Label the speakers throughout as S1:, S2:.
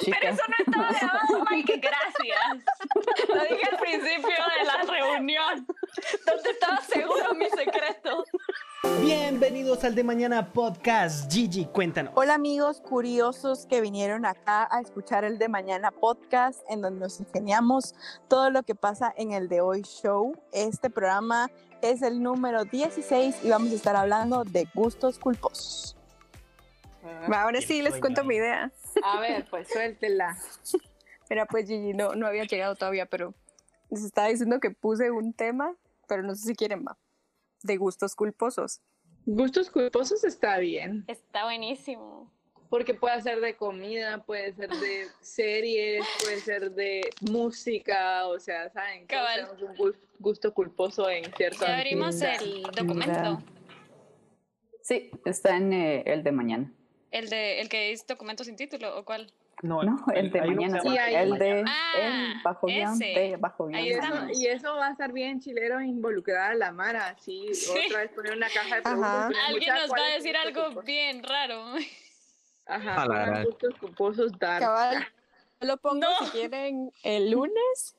S1: chica.
S2: Pero eso no estaba grabado, Mike, gracias. Lo dije al principio de la reunión, donde estaba seguro mi secreto.
S3: Bienvenidos al de mañana podcast. Gigi, cuéntanos.
S4: Hola amigos curiosos que vinieron acá a escuchar el de mañana podcast en donde nos ingeniamos todo lo que pasa en el de hoy show. Este programa es el número 16 y vamos a estar hablando de gustos culposos.
S5: Va, ahora sí les cuento mi idea.
S2: A ver, pues suéltela.
S5: Mira, pues Gigi no, no había llegado todavía, pero les estaba diciendo que puse un tema, pero no sé si quieren más, de gustos culposos.
S6: Gustos culposos está bien,
S2: Está buenísimo.
S6: porque puede ser de comida, puede ser de series, puede ser de música, o sea, saben, Todos
S2: Cabal.
S6: tenemos un gu- gusto culposo en cierto.
S2: Ya abrimos el documento.
S1: Sí, está en eh, el de mañana.
S2: El, de, el que es documento sin título, ¿o cuál?
S1: No, el de
S3: hay uno que
S1: mañana.
S3: se llama
S6: sí, ahí-
S1: El de
S2: Ah,
S1: el bajo guión
S2: ese.
S1: de bajo
S2: Ahí
S6: Y
S1: guión.
S6: eso,
S2: estamos.
S6: y eso va a estar bien chilero involucrar a la Mara, así,
S2: Sí.
S6: otra vez poner una caja de preguntas.
S4: Ajá.
S6: pero
S2: Alguien
S6: escuchar
S2: nos
S6: cuál
S2: va a
S6: es su
S2: decir
S6: gusto
S2: algo
S6: culposo.
S2: bien raro.
S6: Ajá,
S7: A la
S6: pongan
S7: gran.
S6: gustos culposos dar.
S5: Cabal, yo lo pongo
S2: No.
S5: si quieren el lunes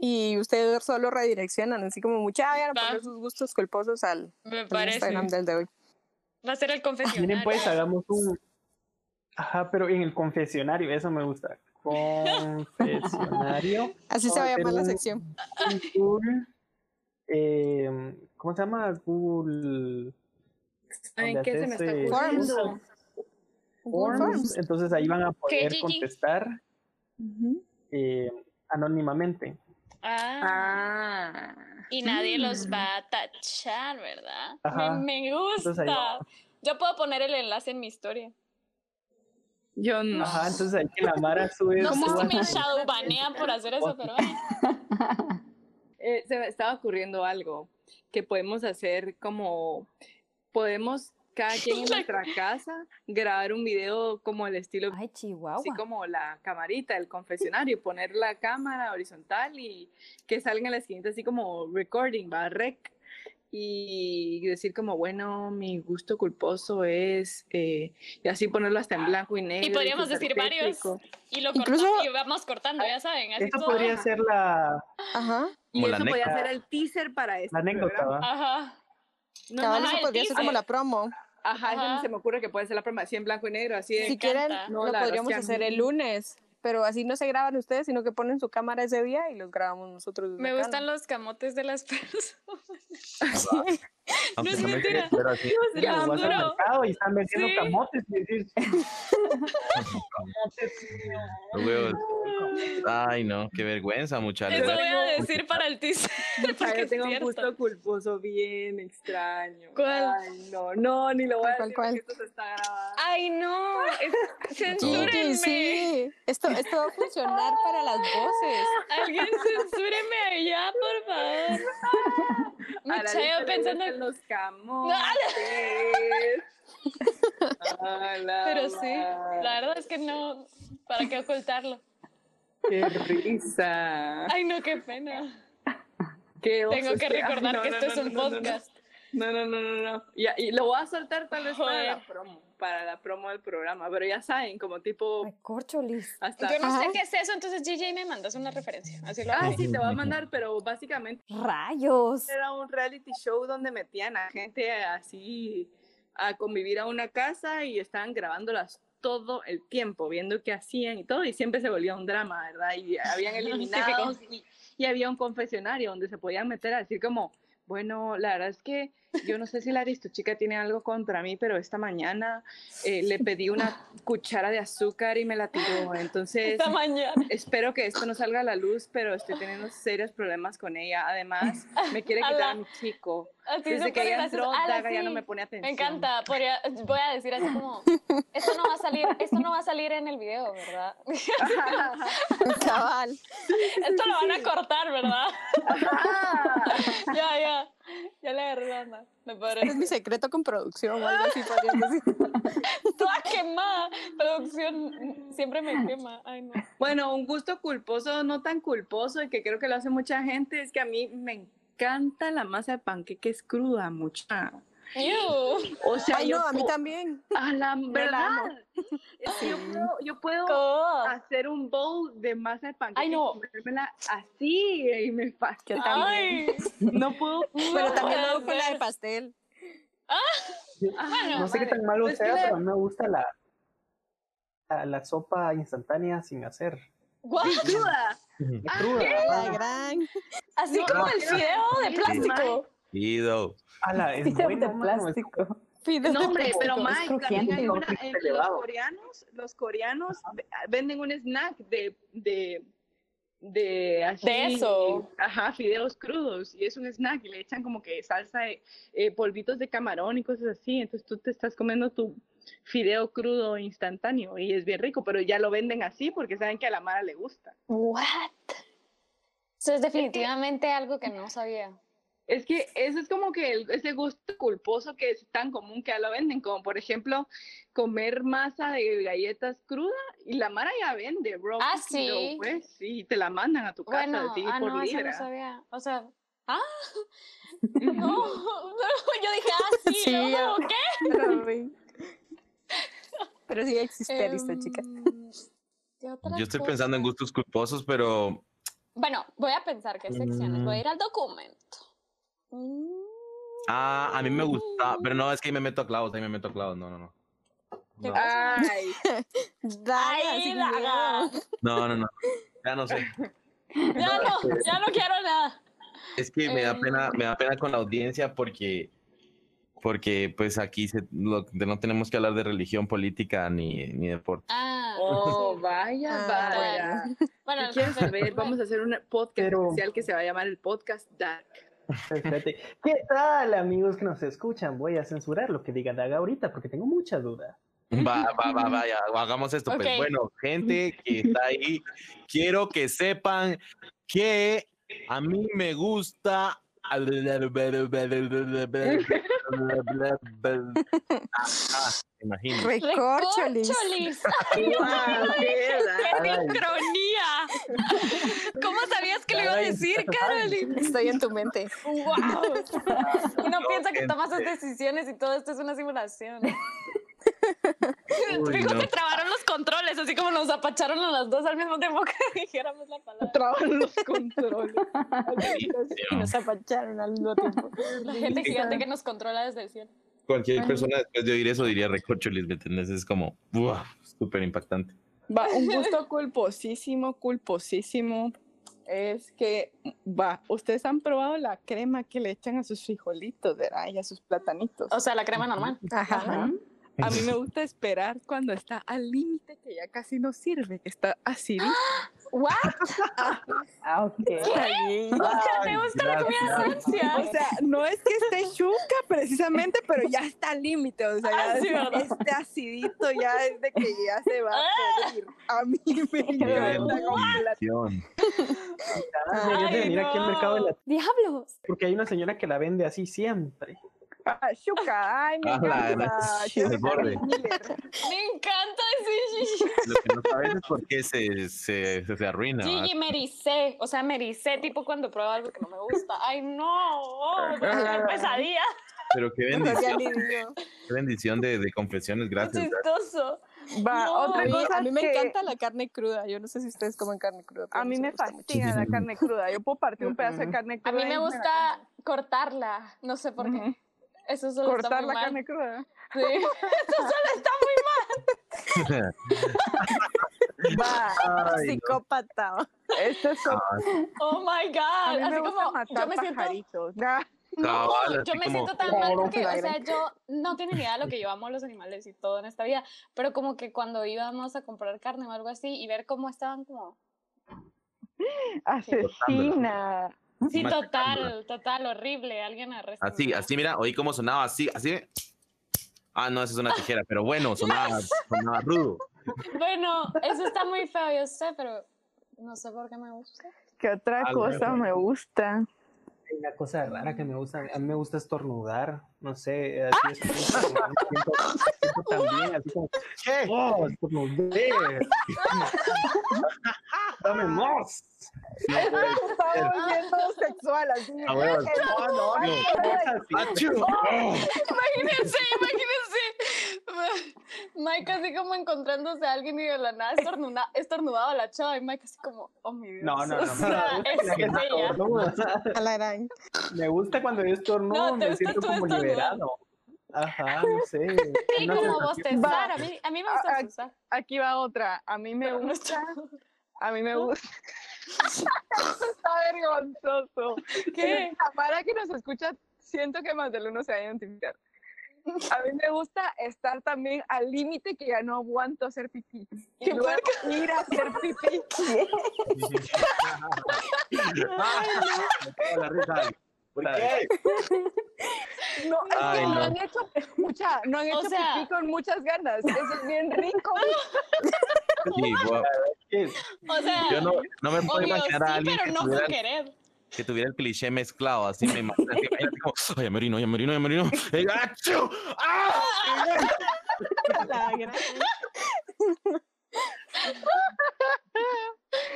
S5: y ustedes solo redireccionan, así como mucha, vayan a
S2: Va.
S5: poner sus gustos culposos al,
S2: Me
S5: al
S2: parece.
S5: Instagram del de hoy.
S2: Va a ser el
S3: Miren,
S2: confesionario.
S3: pues hagamos un. Ajá, pero en el confesionario, eso me gusta. Confesionario.
S5: Así
S6: Oh,
S5: se va a llamar la sección.
S3: Google. eh, ¿Cómo se llama? Google.
S6: ¿Saben
S3: donde
S6: qué se me
S3: haces,
S6: está
S3: eh,
S6: ocurriendo?
S3: forms,
S5: Forms.
S3: Entonces ahí van a poder
S2: Gigi?
S3: contestar eh, anónimamente.
S2: Ah,
S6: Ah,
S2: y nadie los va a tachar, ¿verdad?
S3: Ajá.
S2: Me, me
S3: Entonces ahí
S2: gusta.
S3: va.
S2: Yo puedo poner el enlace en mi historia.
S6: yo no.
S3: Ajá, entonces ahí que la Mara sube.
S2: No sé
S3: suba
S2: si me
S3: su-
S2: shadowbanean por hacer eso, pero bueno.
S6: Eh, se me estaba ocurriendo algo que podemos hacer como podemos cada quien en nuestra casa grabar un video como el estilo
S8: Ay,
S6: así
S8: Chihuahua.
S6: como la camarita el confesionario poner la cámara horizontal y que salga en la siguiente así como recording va rec y decir como bueno mi gusto culposo es eh, y así ponerlo hasta en blanco y negro
S2: podríamos
S6: súper
S2: decir varios.
S6: tétrico.
S2: Y lo
S5: Incluso-
S2: cortamos y vamos cortando, ya saben. Así
S3: Esa
S2: todo.
S3: podría ser la,
S5: Ajá.
S6: y
S7: Como la
S6: eso podría
S7: anécdota.
S6: ser el teaser para este
S3: la anécdota.
S6: programa.
S3: ¿va?
S2: Ajá.
S6: No,
S5: Cabal,
S2: ajá,
S6: no,
S5: eso
S2: el
S5: podría ser
S2: teaser.
S5: como la promo.
S6: Ajá, eso
S2: Ajá.
S6: se me ocurre que puede ser la promo, así en blanco y negro, así de...
S5: Si quieren,
S2: encanta.
S6: No, la
S5: lo
S6: verdad es
S5: podríamos
S6: que a
S5: hacer
S6: mí-
S5: el lunes, pero así no se graban ustedes, sino que ponen su cámara ese día y los grabamos nosotros. desde
S2: Me
S5: acá,
S2: gustan
S5: ¿no?
S2: los camotes de las personas.
S7: Aunque
S2: es
S7: se me quede
S2: mentira.
S7: claro así.
S6: Pues
S2: Se
S3: Pero
S2: los
S3: vas al
S2: juro.
S3: mercado y están vendiendo
S2: Sí.
S3: camotes y decís,
S7: Los huevos. Ay, no, qué vergüenza, muchachos.
S2: Eso voy a decir para el teaser.
S6: Ay,
S2: porque
S6: yo
S2: es
S6: tengo un
S2: cierto.
S6: gusto culposo bien extraño.
S2: ¿Cuál?
S6: Ay, no, no, ni lo voy a
S5: ¿Cuál,
S6: decir
S5: cuál?
S6: porque esto se está grabando.
S2: Ay, no. es- Censúrenme.
S5: Gigi, sí. Esto, esto va a funcionar para las voces.
S2: Alguien censúreme allá, por favor.
S6: A la
S2: Mucha
S6: lista
S2: yo
S6: le
S2: pensando.
S6: gustan los camotes. A la
S2: Pero sí,
S6: madre.
S2: la verdad es que no. ¿Para qué ocultarlo?
S6: Qué risa.
S2: Ay, no, qué pena.
S6: Qué
S2: Tengo
S6: osos
S2: que
S6: que- ay,
S2: recordar
S6: no,
S2: que
S6: no,
S2: esto
S6: no,
S2: es un
S6: no, no, no.
S2: podcast.
S6: No, no, no, no, no. Y, y lo voy a soltar tal vez para la
S2: Joder.
S6: promo, para la promo del programa, pero ya saben, como tipo
S8: Ay, corcholis.
S6: hasta...
S2: Yo no sé
S5: Ajá.
S2: qué es eso, entonces GJ me mandas una referencia. Así lo
S6: Ah,
S2: hago.
S6: sí, te voy a mandar, pero básicamente
S8: Rayos.
S6: era un reality show donde metían a gente así a convivir a una casa y estaban grabándolas todo el tiempo, viendo qué hacían y todo, y siempre se volvía un drama, ¿verdad? Y habían eliminados y, y había un confesionario donde se podían meter a decir como, bueno, la verdad es que yo no sé si la aristochica tiene algo contra mí, pero esta mañana eh, le pedí una cuchara de azúcar y me la tiró, entonces...
S2: Esta mañana.
S6: Espero que esto no salga a la luz, pero estoy teniendo serios problemas con ella. Además, me quiere
S2: A
S6: quitar
S2: la-
S6: a mi chico.
S2: Así
S6: Desde que
S2: súper
S6: ella
S2: gracioso.
S6: entró,
S2: Ala,
S6: Daga ya no
S2: sí.
S6: me pone atención.
S2: Me encanta, podría- voy a decir así como, esto no va a salir, esto no va a salir en el video, ¿verdad?
S5: Cabal.
S2: Esto lo van a cortar, ¿verdad? ya, ya, ya le agarré la onda, me
S5: Es
S2: parece.
S5: mi secreto con producción o algo así. podríamos decir.
S2: Toda quemada, producción siempre me quema, ay no.
S6: Bueno, un gusto culposo, no tan culposo, y que creo que lo hace mucha gente, es que a mí me encanta la masa de panqueques cruda, mucha.
S2: Ew.
S6: O sea,
S5: Ay,
S6: yo
S5: no, a mí
S6: co-
S5: también.
S6: a la
S5: la
S6: verdad.
S5: amo.
S6: Es que yo puedo, yo puedo
S2: Cool.
S6: a- hacer un bowl de masa de panqueques
S9: Ay, no.
S6: y comérmela así y me fascina.
S9: Ay,
S6: No puedo.
S4: Pero
S9: no
S4: también
S9: puede
S4: lo hago con la de
S9: ser.
S4: pastel.
S6: Ah,
S3: No sé qué
S6: madre.
S3: tan malo
S6: Pues
S3: sea,
S6: que la-
S3: pero a mí me gusta la, la, la sopa instantánea sin hacer.
S9: guau.
S6: Cruda. Ah,
S3: Cruda,
S4: La
S3: ajá.
S4: gran.
S9: Así
S6: No,
S9: como el
S6: pero-
S9: fideo de plástico.
S7: Ido.
S3: Ala, es
S10: Fideos
S3: bueno,
S10: de
S3: mano, es-
S10: plástico.
S6: No, hombre, pero
S10: Es
S6: Mike, también
S10: crujiente.
S6: hay una,
S3: Conflicto
S6: eh, los
S3: elevado.
S6: coreanos, los coreanos ve- venden un snack de, de, de, así,
S9: De eso.
S6: ajá, fideos crudos, y es un snack, y le echan como que salsa de eh, polvitos de camarón y cosas así, entonces tú te estás comiendo tu fideo crudo instantáneo, y es bien rico, pero ya lo venden así porque saben que a la Mara le gusta.
S9: What?
S2: Eso es definitivamente algo que no sabía.
S6: Es que eso es como que el- ese gusto culposo que es tan común que ya lo venden, como por ejemplo comer masa de galletas cruda y la Mara ya vende, bro.
S2: Ah, sí.
S6: Pues sí, te la mandan a tu casa
S2: Bueno,
S6: así
S2: ah,
S6: por
S2: no, eso
S6: libra.
S2: no sabía. O sea, ah, no. Yo dije, ah, sí,
S4: Sí,
S2: luego
S4: yo-
S2: como, ¿qué?
S4: Pero sí existe esta
S2: Em,
S4: chica.
S2: ¿qué otra
S7: Yo estoy pensando en
S2: cosa?
S7: gustos culposos, pero
S2: Bueno, voy a pensar qué secciones. Voy a ir al documento.
S7: ah, a mí me gusta. Pero no, es que ahí me meto a clavos, ahí me meto a clavos. No, no, no.
S2: ¿Qué
S7: No,
S6: Ay,
S4: Daga,
S9: Ay,
S4: sin
S9: daga.
S4: miedo.
S7: no, no, no. Ya no sé.
S9: Ya no, ya no quiero nada.
S7: Es que me da pena, me da pena con la audiencia porque, porque pues aquí se- lo- no tenemos que hablar de religión, política ni, ni deporte.
S2: Ah,
S6: oh,
S2: sí.
S6: vaya,
S4: Ah,
S6: vaya.
S2: Bueno,
S6: Si quieres
S2: entonces,
S6: saber, vamos a hacer un podcast
S3: Pero-
S6: especial que se va a llamar el podcast Dark.
S3: Espérate. ¿Qué tal, amigos que nos escuchan? Voy a censurar lo que diga Daga ahorita porque tengo mucha duda.
S7: Va, va, va, vaya, hagamos esto.
S9: Ok.
S7: Pues bueno, gente que está ahí, quiero que sepan que a mí me gusta. Ah, Ah, Imagino.
S4: Recorcholis.
S2: Recorcholis.
S6: Wow, qué
S9: ¡Qué
S3: Ay.
S9: sincronía! ¿Cómo sabías que lo iba a
S3: Ay,
S9: decir,
S3: ya saben.
S9: Carolyn?
S4: Estoy en tu mente.
S2: ¡Wow! Uno
S7: No, este
S2: piensa que toma sus
S7: gente.
S2: decisiones y todo esto es una simulación.
S7: Uy,
S9: Digo
S7: no.
S9: que trabaron los controles, así como nos apacharon a las dos al mismo tiempo que dijéramos la palabra.
S6: traban los controles.
S4: Y nos apacharon al mismo tiempo.
S2: La gente gigante que nos controla desde el cielo.
S7: Cualquier persona después de oír eso diría recorcholis, ¿me entendés? Es como, ¡buah! súper impactante.
S6: Va, un gusto culposísimo, culposísimo. Es que, va, ustedes han probado la crema que le echan a sus frijolitos, ¿verdad? Y a sus platanitos.
S2: O sea, la crema normal.
S4: Ajá.
S6: A mí me gusta esperar cuando está al límite, que ya casi no sirve, que está así.
S10: Ah, ok.
S4: Está bien.
S9: ¿Te gusta la comida
S6: O
S9: sucia?
S6: sea, no es que esté chuca precisamente, pero ya está al límite. O sea, ya
S9: Ah, sí,
S6: es-
S9: ¿verdad?
S6: este acidito ya es de que ya se va a morir. A mí me encanta con platanito.
S3: Deberías de venir aquí al mercado de la
S8: ¡Diablos!
S3: porque hay una señora que la vende así siempre.
S6: Ah, chuca, ay, me
S7: Ah, la-
S6: encanta.
S7: la- el borde.
S9: Me encanta decir
S7: Lo que no sabes es por qué se, se, se, se arruina. ¿verdad?
S2: Gigi, me ericé. O sea, me ericé tipo cuando pruebo algo que no me gusta. ¡Ay, no! Oh, ¡Qué pesadilla!
S7: Pero qué bendición, qué bendición de, de confesiones,
S9: ¡Qué
S7: gracias.
S9: chistoso!
S6: Va,
S9: No,
S6: otra
S4: Oye,
S6: cosa
S4: a mí me
S6: que
S4: encanta la carne cruda. Yo no sé si ustedes comen carne cruda. pero
S6: A mí me
S4: gusta mucho.
S6: fascina la carne cruda. Yo puedo partir un pedazo de
S3: Ujú.
S6: carne
S2: A
S6: cruda.
S2: mí
S6: y
S2: me
S6: la
S2: gusta cortarla. No sé por
S6: como.
S2: qué.
S6: Ujú.
S2: Eso solo está
S6: Cortar
S2: muy
S6: la
S2: mal.
S6: carne cruda.
S2: Sí.
S6: Va,
S7: Ay, no.
S4: Psicópata.
S6: esto es
S7: Ah,
S2: ¡Oh, my God!
S6: A mí
S2: Así
S6: me gusta
S2: como yo
S6: matar
S2: me siento...
S6: pajaritos. Ah,
S2: No,
S7: Cabal,
S2: yo
S7: así
S2: me
S7: como-
S2: siento tan mal
S6: Claro,
S2: porque, o
S6: claro.
S2: sea, yo no tiene ni idea de lo que yo amo los animales y todo en esta vida, pero como que cuando íbamos a comprar carne o algo así y ver cómo estaban como...
S4: Ah,
S6: Asesina.
S2: Sí,
S7: Machacándola.
S2: total, total, horrible, alguien arrestó.
S7: Así, así, mira, oí cómo sonaba, así, así. ¿eh? Ah, no, esa es una tijera, pero bueno, sonaba, sonaba rudo.
S2: Bueno, eso está muy feo, yo sé, pero no sé por qué me gusta.
S6: ¿Qué otra
S7: Ah,
S6: cosa
S7: bueno.
S6: me gusta?
S3: Hay una cosa rara que me gusta. A mí me gusta estornudar. No sé, así es. Me siento, siento también, así como,
S7: ¿Qué?
S3: ¡oh, estornudé! ¡Dame más!
S7: No puede ser.
S6: Estamos viendo sexual, así.
S7: Ah, bueno,
S6: No, no,
S7: no.
S6: no.
S7: Achú. Oh.
S9: Imagínense, imagínense.
S2: Mike así como encontrándose a alguien y de la nada estornuda- estornudaba la chava y Mike así como, oh mi Dios.
S3: No, no,
S2: O
S3: no.
S2: sea,
S3: me,
S2: es
S3: gusta que me
S2: ella.
S3: estornuda.
S6: A la gran.
S3: Me gusta cuando yo estornudo,
S2: No, ¿te
S3: me
S2: gusta
S3: siento
S2: tu
S3: como
S2: estornudo?
S3: liberado. Ajá, no sé.
S2: Sí,
S3: una
S2: como
S3: sensación-
S2: bostezar. A mí, a mí me gusta
S5: Ah, ah,
S2: bostezar.
S5: Aquí va otra. A mí me
S2: pero no
S5: gusta.
S2: está-
S5: A mí me gusta. Esto está vergonzoso.
S2: ¿Qué?
S5: La para que nos escucha, siento que más del uno se va a identificar. A mí me gusta estar también al límite que ya no aguanto hacer pipí. Y luego ir a hacer pipí.
S3: Ah, La risa.
S7: ¿Por
S3: Está
S7: qué?
S5: No, es que
S7: Ay,
S5: no.
S7: no.
S5: han hecho, mucha, no han
S2: O
S5: hecho
S2: sea-
S5: pipí con muchas ganas. Eso es bien rico.
S7: Sí, guau.
S3: bien.
S2: O sea,
S7: Yo no, no me puedo
S2: obvio
S7: imaginar a
S2: sí,
S7: alguien
S2: pero
S7: que,
S2: no
S7: tuviera,
S2: sin querer.
S7: que tuviera el cliché mezclado. Así me imagino. así, imagínate como, ay, ya me orino, ya me orino, ya me orino. Ey, ¡achú! ¡Ah!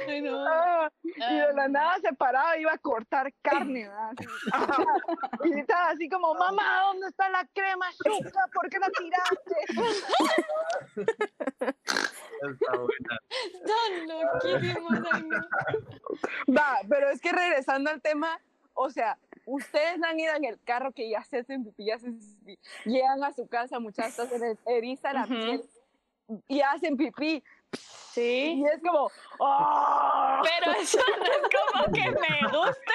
S2: Ay, no.
S5: Ah, y de la
S2: Am.
S5: nada se paraba, iba a cortar carne. ¿verdad? Así. Y estaba así como, mamá, ¿dónde está la crema chuca? ¿Por qué la tiraste?
S7: Está buena.
S2: Tan loquísimo, ay, no.
S5: Va, pero es que regresando al tema, o sea, ustedes han ido en el carro que ya se hacen pipí, ya se hacen pipí, llegan a su casa, muchachos, se les eriza la
S2: Ujú.
S5: piel y hacen pipí.
S2: Sí.
S5: Y es como, ¡ah!
S2: Pero eso no es como que me guste.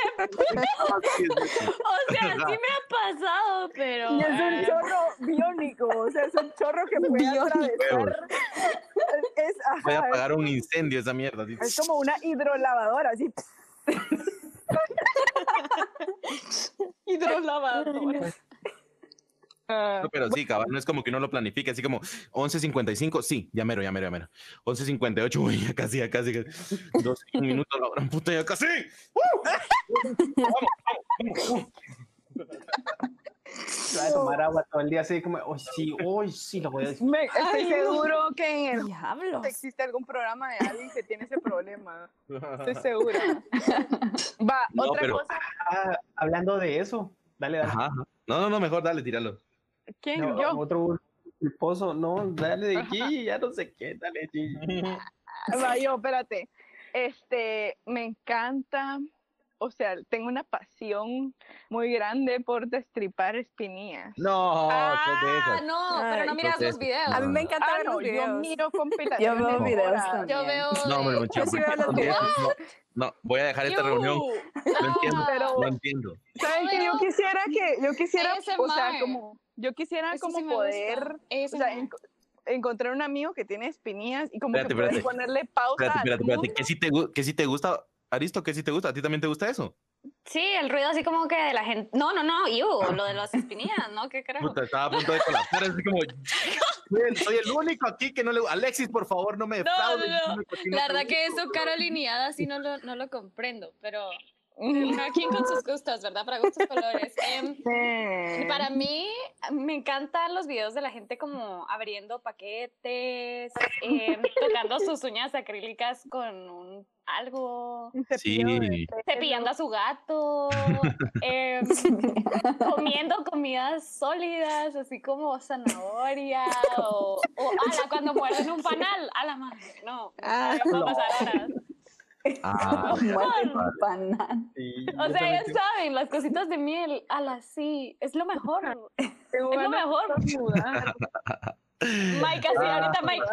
S2: O sea, sí me ha pasado, pero.
S5: Y es
S2: ah,
S5: un chorro biónico, o sea, es un chorro que puede
S6: Biónico.
S5: atravesar. Es, ajá,
S7: Voy a
S5: es
S7: apagar un incendio esa mierda. así.
S5: Es como una hidrolavadora, así.
S2: hidrolavadora.
S7: No, pero sí, cabal, no es como que uno lo planifique, así como 11.55, sí, ya mero, ya mero, ya mero. 11.58, uy, ya casi, ya casi. ya- 12 minutos, la gran puta, ya casi. ¡Uh! Vamos, vamos, vamos,
S3: Se va a tomar agua todo el día así como, hoy sí, hoy sí lo voy a decir.
S5: Me- estoy seguro que en el
S11: Diablos.
S5: existe algún programa de alguien que tiene ese problema. Estoy
S7: uh.
S5: segura. Va,
S7: No,
S5: otra
S7: pero-
S5: cosa.
S3: Ah, hablando de eso, dale, dale.
S7: Ajá, ajá. No, no, no, mejor dale, tíralo.
S5: ¿Quién?
S3: No,
S5: Yo.
S3: Otro pozo, no, dale de aquí, ya no sé qué, dale Gigi.
S5: Va, yo, espérate. Este, me encanta. O sea, tengo una pasión muy grande por destripar espinillas.
S7: No, ¿qué es
S2: ah,
S7: eso?
S2: no, pero no
S7: Ay.
S2: miras los videos.
S4: A mí me
S7: Ah,
S4: encantan
S5: Ah,
S4: los
S5: no, yo
S4: videos.
S5: miro
S6: Yo
S5: compilaciones.
S6: veo
S5: de
S6: videos
S5: horas.
S6: también.
S2: Yo veo.
S7: No, hombre,
S2: de-
S7: muchacho,
S4: sí veo los
S7: no, no, no, voy a dejar esta
S2: ¡Yu!
S7: reunión. No entiendo,
S2: Ah,
S7: no entiendo.
S5: ¿Saben que yo
S2: veo
S5: quisiera que, yo quisiera, o sea,
S2: ASMR.
S5: como, yo quisiera
S2: eso
S5: como
S2: sí me
S5: poder
S2: gusta.
S5: o sea,
S2: ASMR.
S5: enco- encontrar un amigo que tiene espinillas y como
S7: Espérate,
S5: que poder
S7: espérate.
S5: ponerle pausa.
S7: Espérate, espérate,
S5: al
S7: espérate.
S5: mundo.
S7: ¿Qué si te, gu- qué sí te gusta, Aristo? ¿Qué si te gusta? ¿A ti también te gusta eso?
S2: Sí, el ruido así como que de la gente. No, no, no, yu, lo de las espinillas, ¿no? ¿Qué creo?
S7: Puta, estaba a punto de colapsar, así como, soy el, soy el único aquí que no le... Alexis, por favor, no me defraudes.
S2: no, no.
S7: dime por qué no
S2: La
S7: te
S2: verdad
S7: gusta.
S2: que eso, cara alineada, sí no lo, no lo comprendo, pero cada quien con sus gustos, ¿verdad? Para gustos colores. Em,
S5: Sí.
S2: Para mí, me encantan los videos de la gente como abriendo paquetes, em, tocando sus uñas acrílicas con un algo,
S7: Sí,
S2: este, cepillando a su gato, em, comiendo comidas sólidas, así como zanahoria o, o ala, cuando muerden un panal, a la madre, no,
S6: Ah,
S2: va a pasar horas.
S7: ah,
S12: Muerte panal.
S3: Sí,
S2: O
S3: yo
S2: sea,
S3: también
S2: ya saben, las cositas de miel, ala, sí, es lo mejor,
S5: Tengo
S2: es lo
S5: ganas
S2: mejor.
S5: de mudar.
S2: Mike, así, ahorita Mike.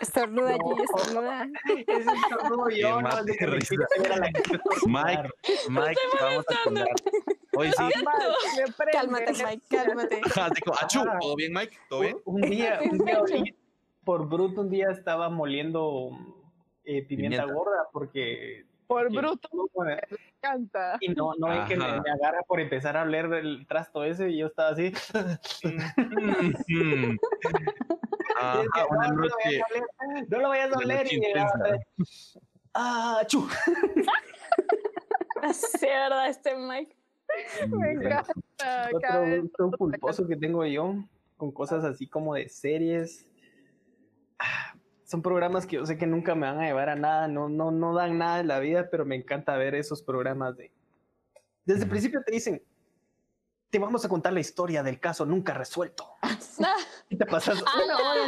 S4: Estornuda Gigi, estornuda.
S3: tengo- Ese es todo
S7: Qué
S3: yo, no,
S7: mate
S3: de que me
S7: risa.
S3: quise ver a la gente
S7: Mike, Mike, te vamos a colgar. Hoy sí,
S5: Me prende.
S4: Cálmate, Mike, cálmate.
S7: así como, achú, ¿todo bien, Mike? ¿Todo bien?
S3: Un, un día, un día oí- por bruto, un día estaba moliendo eh, pimienta,
S7: Pimienta.
S3: gorda porque.
S5: Por
S3: porque-
S5: bruto, me encanta.
S3: Y no, no ven que me,
S7: Ajá.
S3: me agarra por empezar a oler el trasto ese y yo estaba así.
S7: Mm. Ajá,
S3: Es que,
S7: una
S3: "Ah, no, lo
S7: noche,
S3: vayas a oler, no lo vayas a
S7: una
S3: oler.
S7: noche
S3: Y llegaba
S7: intensa.
S3: otra vez, ¡Ah, chu!
S2: Sí, ¿verdad? Este Mike.
S7: Mm,
S5: Me encanta. cada
S3: Otro
S5: vez-
S3: gusto culposo que tengo yo, con cosas así como de series. Ah, Son programas que yo sé que nunca me van a llevar a nada, no, no, no dan nada en la vida, pero me encanta ver esos programas de... Desde el principio te dicen, te vamos a contar la historia del caso nunca resuelto. Y te pasas
S2: Ah,
S3: una hora,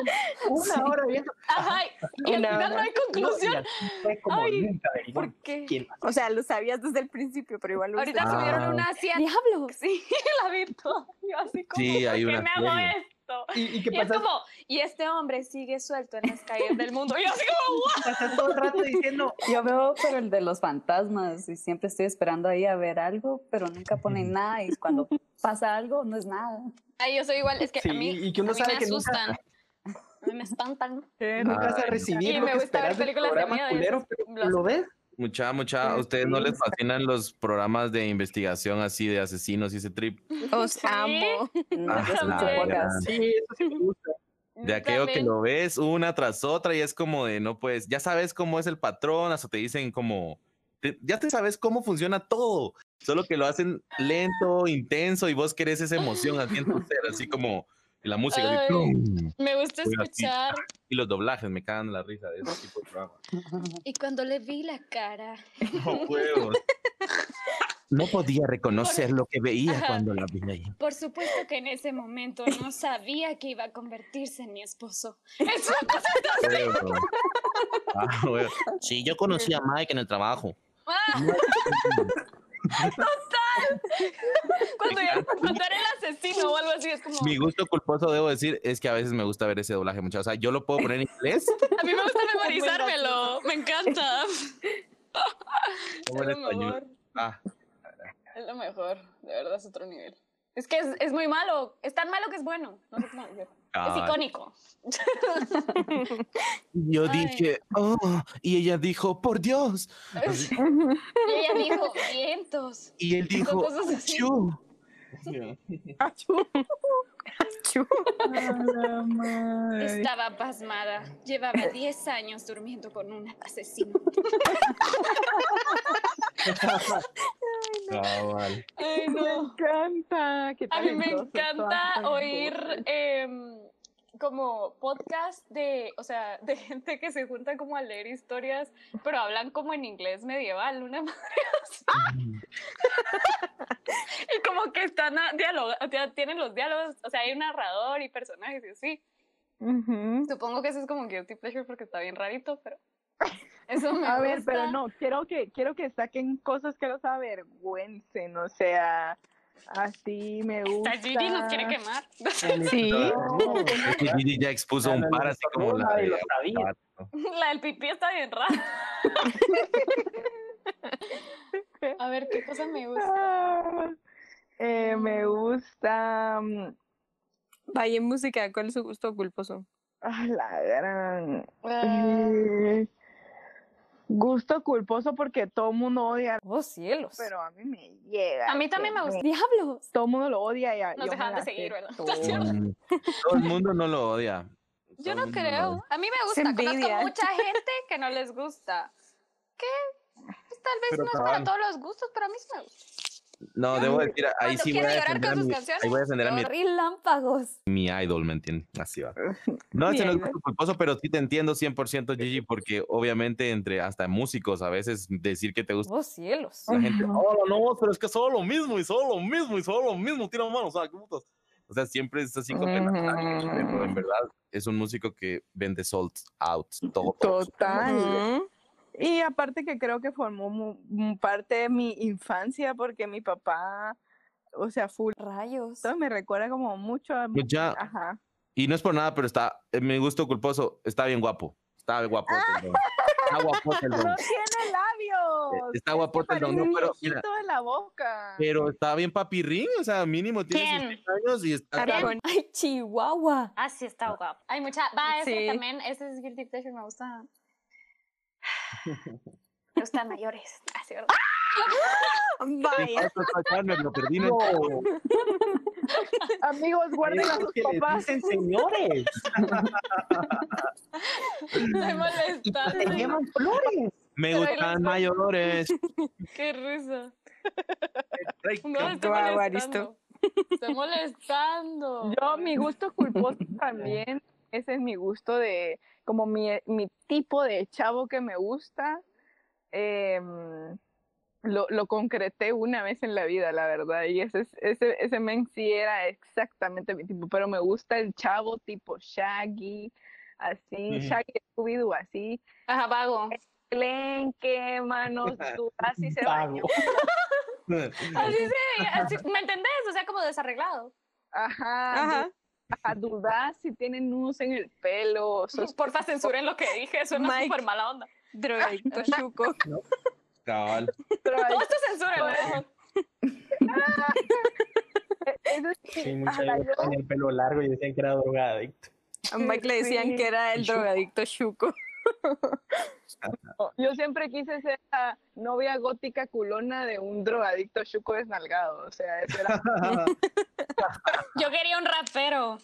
S3: una hora viendo.
S2: Ajá, y al
S4: Una
S2: final no
S4: hora.
S2: hay
S3: No,
S2: conclusión.
S3: y al fin fue como
S2: Ay,
S3: nunca averiguamos
S2: ¿Por qué?
S3: Ah, quién.
S4: O sea, lo sabías desde el principio, pero igual lo
S2: Ahorita
S4: usaste.
S2: subieron
S7: Ah.
S2: una asiática.
S8: Diablo.
S2: Sí, la vi toda. Yo así como,
S7: Sí,
S2: ¿por
S7: hay
S2: qué
S7: una
S2: me hago
S7: serie.
S2: esto?
S3: Y, y que
S2: Y es
S3: pasas,
S2: como, y este hombre sigue suelto en las calles del mundo. Y yo así como, "What?".
S3: pasas todo el rato diciendo,
S10: Yo veo, pero el de los fantasmas, y siempre estoy esperando ahí a ver algo, pero nunca ponen nada, y cuando pasa algo, no es nada.
S2: Ay, yo soy igual, es que
S3: Sí,
S2: a mí,
S3: y que uno
S2: a mí
S3: sabe
S2: me
S3: que nunca-
S2: asustan. A mí me espantan.
S3: "Eh, no vas a
S7: Ay,
S3: recibir
S2: Y
S3: lo
S2: me
S3: que
S2: gusta ver
S3: esperas del
S2: películas de
S3: programa
S2: miedo,
S3: culero,
S2: esas-
S3: pero
S2: las-
S3: lo ves.
S7: Mucha, mucha, ¿a ustedes no les fascinan los programas de investigación así de asesinos y ese trip?
S4: Os
S2: Sí.
S4: amo.
S10: No,
S7: Ah,
S10: yo escucho
S7: claro,
S10: podcast.
S3: Sí, eso sí me gusta.
S7: De aquello que lo ves una tras otra y es como de no pues, ya sabes cómo es el patrón, hasta te dicen como, te- ya te sabes cómo funciona todo, solo que lo hacen lento, intenso y vos querés esa emoción así en tu ser, así como la música. así,
S2: Ay.
S7: tum,
S2: Me gusta
S7: Voy así.
S2: escuchar.
S7: y los doblajes me cagan la risa de ese tipo de programas.
S2: Y cuando le vi la cara.
S7: No huevos. No podía reconocer lo que veía
S2: Ajá.
S7: cuando la vi ahí.
S2: Por supuesto que en ese momento no sabía que iba a convertirse en mi esposo. Es una cosa
S7: Huevos. Ah, huevos. Sí, yo conocí a Mike en el trabajo.
S2: más. Cuando, ya- cuando era el asesino o algo así, es como.
S7: Mi gusto culposo, debo decir, es que a veces me gusta ver ese doblaje, muchachos. O sea, yo lo puedo poner en inglés.
S2: A mí me gusta memorizármelo. Me encanta.
S7: como
S2: Es
S7: en
S2: lo
S7: español.
S2: mejor.
S7: Ah,
S2: Es lo mejor. De verdad es otro nivel. Es que es, es muy malo. Es tan malo que es bueno. No sé cómo decirlo. Es
S7: ah.
S2: icónico.
S7: Yo
S2: Ay.
S7: dije, oh, y ella dijo, por Dios.
S2: Y ella dijo, vientos.
S7: Y él dijo,
S2: cosas así.
S7: "Achú".
S2: Estaba pasmada. Llevaba 10 años durmiendo con un asesino.
S7: Cabal.
S2: Ay, no.
S5: encanta.
S2: A mí me encanta oír em, como podcast de, o sea, de gente que se junta como a leer historias, pero hablan como en inglés medieval, una madre así. y como que están a- dialoga- o sea, tienen los diálogos, o sea, hay un narrador y personajes y así. Supongo que eso es como guilty pleasure porque está bien rarito, pero eso me
S5: A ver, pero
S2: gusta.
S5: no, quiero que, quiero que saquen cosas que los avergüencen, o sea, así me gusta.
S2: La Gigi nos quiere quemar.
S4: Sí.
S3: No,
S7: Es que Gigi ya expuso
S3: Ah,
S7: un
S3: no,
S7: par
S3: no,
S7: así
S3: no,
S7: como la
S3: nadie
S7: de
S3: lo sabía.
S2: La del pipí está bien rara. A ver, ¿qué cosa me gusta?
S5: Ah, eh, me gusta. mm,
S4: Vaya en música, ¿cuál es su gusto culposo?
S5: ah, la gran.
S2: Ah,
S5: eh, gusto culposo porque todo el mundo odia,
S8: Oh, cielos.
S5: pero a mí me llega.
S2: a mí también me gusta.
S8: Diablos.
S5: Todo el mundo lo odia y a-
S2: Nos
S5: yo me
S2: dejaron de
S5: la
S2: seguir, ¿verdad?
S5: acepto.
S7: Mm, Todo el mundo no lo odia. Todo
S2: Yo no
S7: el mundo lo
S2: creo.
S7: odia.
S2: A mí me gusta.
S4: envidia.
S2: Conozco mucha gente que no les gusta. Que pues, tal vez
S3: Pero
S2: no es para
S3: cabal.
S2: todos los gustos, pero a mí sí me gusta.
S7: No, debo decir, ahí
S2: Cuando
S7: sí voy
S2: quiero
S7: a
S2: llorar
S7: defender a
S2: con sus
S7: mi,
S2: canciones,
S7: ahí voy a defender a mi,
S8: Relámpagos.
S7: mi idol, ¿me entiendes? Así va. No, ese no es
S4: idol.
S7: gusto culposo, pero sí te entiendo 100% Gigi, porque obviamente entre hasta músicos a veces decir que te gusta
S8: Oh, cielos.
S7: la gente, "Hola, no, pero es que solo lo mismo y solo lo mismo y solo lo mismo, tira manos, o sea, qué putas". O sea, siempre es así como, que, "Ah, pero en verdad es un músico que vende sold out, todo.
S5: Total. Y aparte que creo que formó mu- mu- parte de mi infancia porque mi papá, o sea, full,
S8: Rayos.
S5: todo me recuerda como mucho a mi...
S7: Mucha-
S5: Ajá.
S7: Pues Y no es por nada, pero está, en mi gusto culposo, está bien guapo. Está guapo. Está guapo el don.
S5: No tiene labios.
S7: Está guapote el don,
S5: Parece
S7: Eh, no,
S5: un
S7: pero mira, Eh,
S5: viejito de la boca.
S7: pero está bien papirrín, o sea, mínimo tiene
S2: ¿Quién?
S7: 60 años y está
S2: Ariana.
S7: está-
S8: Ay, Chihuahua.
S2: Ah, sí, está guapo. Hay mucha. Va, ese
S4: Sí.
S2: también. Ese es Guilty Pleasure, me gusta. Me gustan mayores. Ah, sí, ¿verdad?
S7: sin falta sacarme, me lo perdí en el-
S5: Amigos, guarden a
S3: Eso
S5: sus
S3: que les
S5: papás.
S3: dicen, señores,
S2: Me molesta.
S3: te llevan flores.
S7: Me
S2: Pero ahí
S7: gustan
S2: los-
S7: mayores.
S2: Qué risa.
S7: Ay,
S2: No,
S7: qué-
S2: está
S4: Guau,
S2: molestando. Está molestando.
S5: Yo, mi gusto culposo también, ese es mi gusto de, como mi, mi tipo de chavo que me gusta. Em, lo, lo concreté una vez en la vida, la verdad. Y ese, es- ese, ese men sí era exactamente mi tipo, pero me gusta el chavo tipo Shaggy, así,
S7: Ujú.
S5: Shaggy de Scooby-Doo, así.
S2: Ajá, vago.
S5: Clenque, manos duras, así se va.
S3: Pago.
S2: Así se veía, así- ¿me entendés? O sea, como desarreglado.
S5: Ajá,
S6: Ajá.
S5: du- ajá, dudas si tienen nudos en el pelo, sos-
S2: Porfa, censuren lo que dije, suena
S4: Mike.
S2: súper mala onda.
S4: Drogadicto chuco.
S7: Cabal.
S2: Todo esto censuren.
S5: Eso sí,
S3: Sí, mucha
S5: ajá,
S3: gente
S5: yo-
S3: tenía el pelo largo y decían que era drogadicto.
S4: A Mike le decían que era el drogadicto chuco.
S5: Oh, Yo siempre quise ser la novia gótica culona de un drogadicto chuco desnalgado. O sea, eso era.
S2: Yo quería un rapero.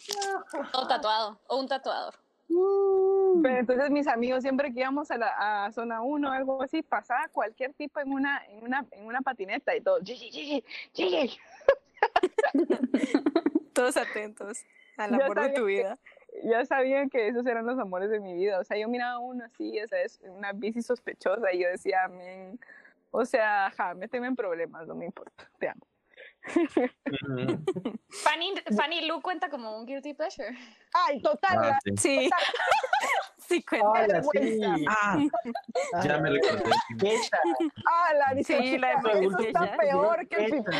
S2: O tatuado. O un tatuador.
S5: Pero entonces mis amigos siempre que íbamos a la a zona 1 o algo así, pasaba cualquier tipo en una, en una, en una patineta y todo. "Gigi, Gigi, Gigi".
S4: Todos atentos al
S5: Yo
S4: amor de
S5: sabía
S4: tu
S5: que-
S4: vida.
S5: Ya sabían que esos eran los amores de mi vida. O sea, yo miraba a uno así, o sea, es una bici sospechosa y yo decía, "Men, o sea, ja, méteme en problemas, no me importa, te amo.
S2: Fanny, Fanny Lu cuenta como un guilty pleasure.
S5: Ay, total,
S7: Ah,
S5: la
S7: sí.
S4: Sí. Sí, cuenta.
S3: Hola, sí.
S5: vergüenza.
S7: Ah, ya me recordé.
S3: Quecha,
S5: Ah, la dice,
S4: Sí, la
S5: "Eso
S4: vergüenza
S5: está
S4: ya".
S5: peor que el pipí.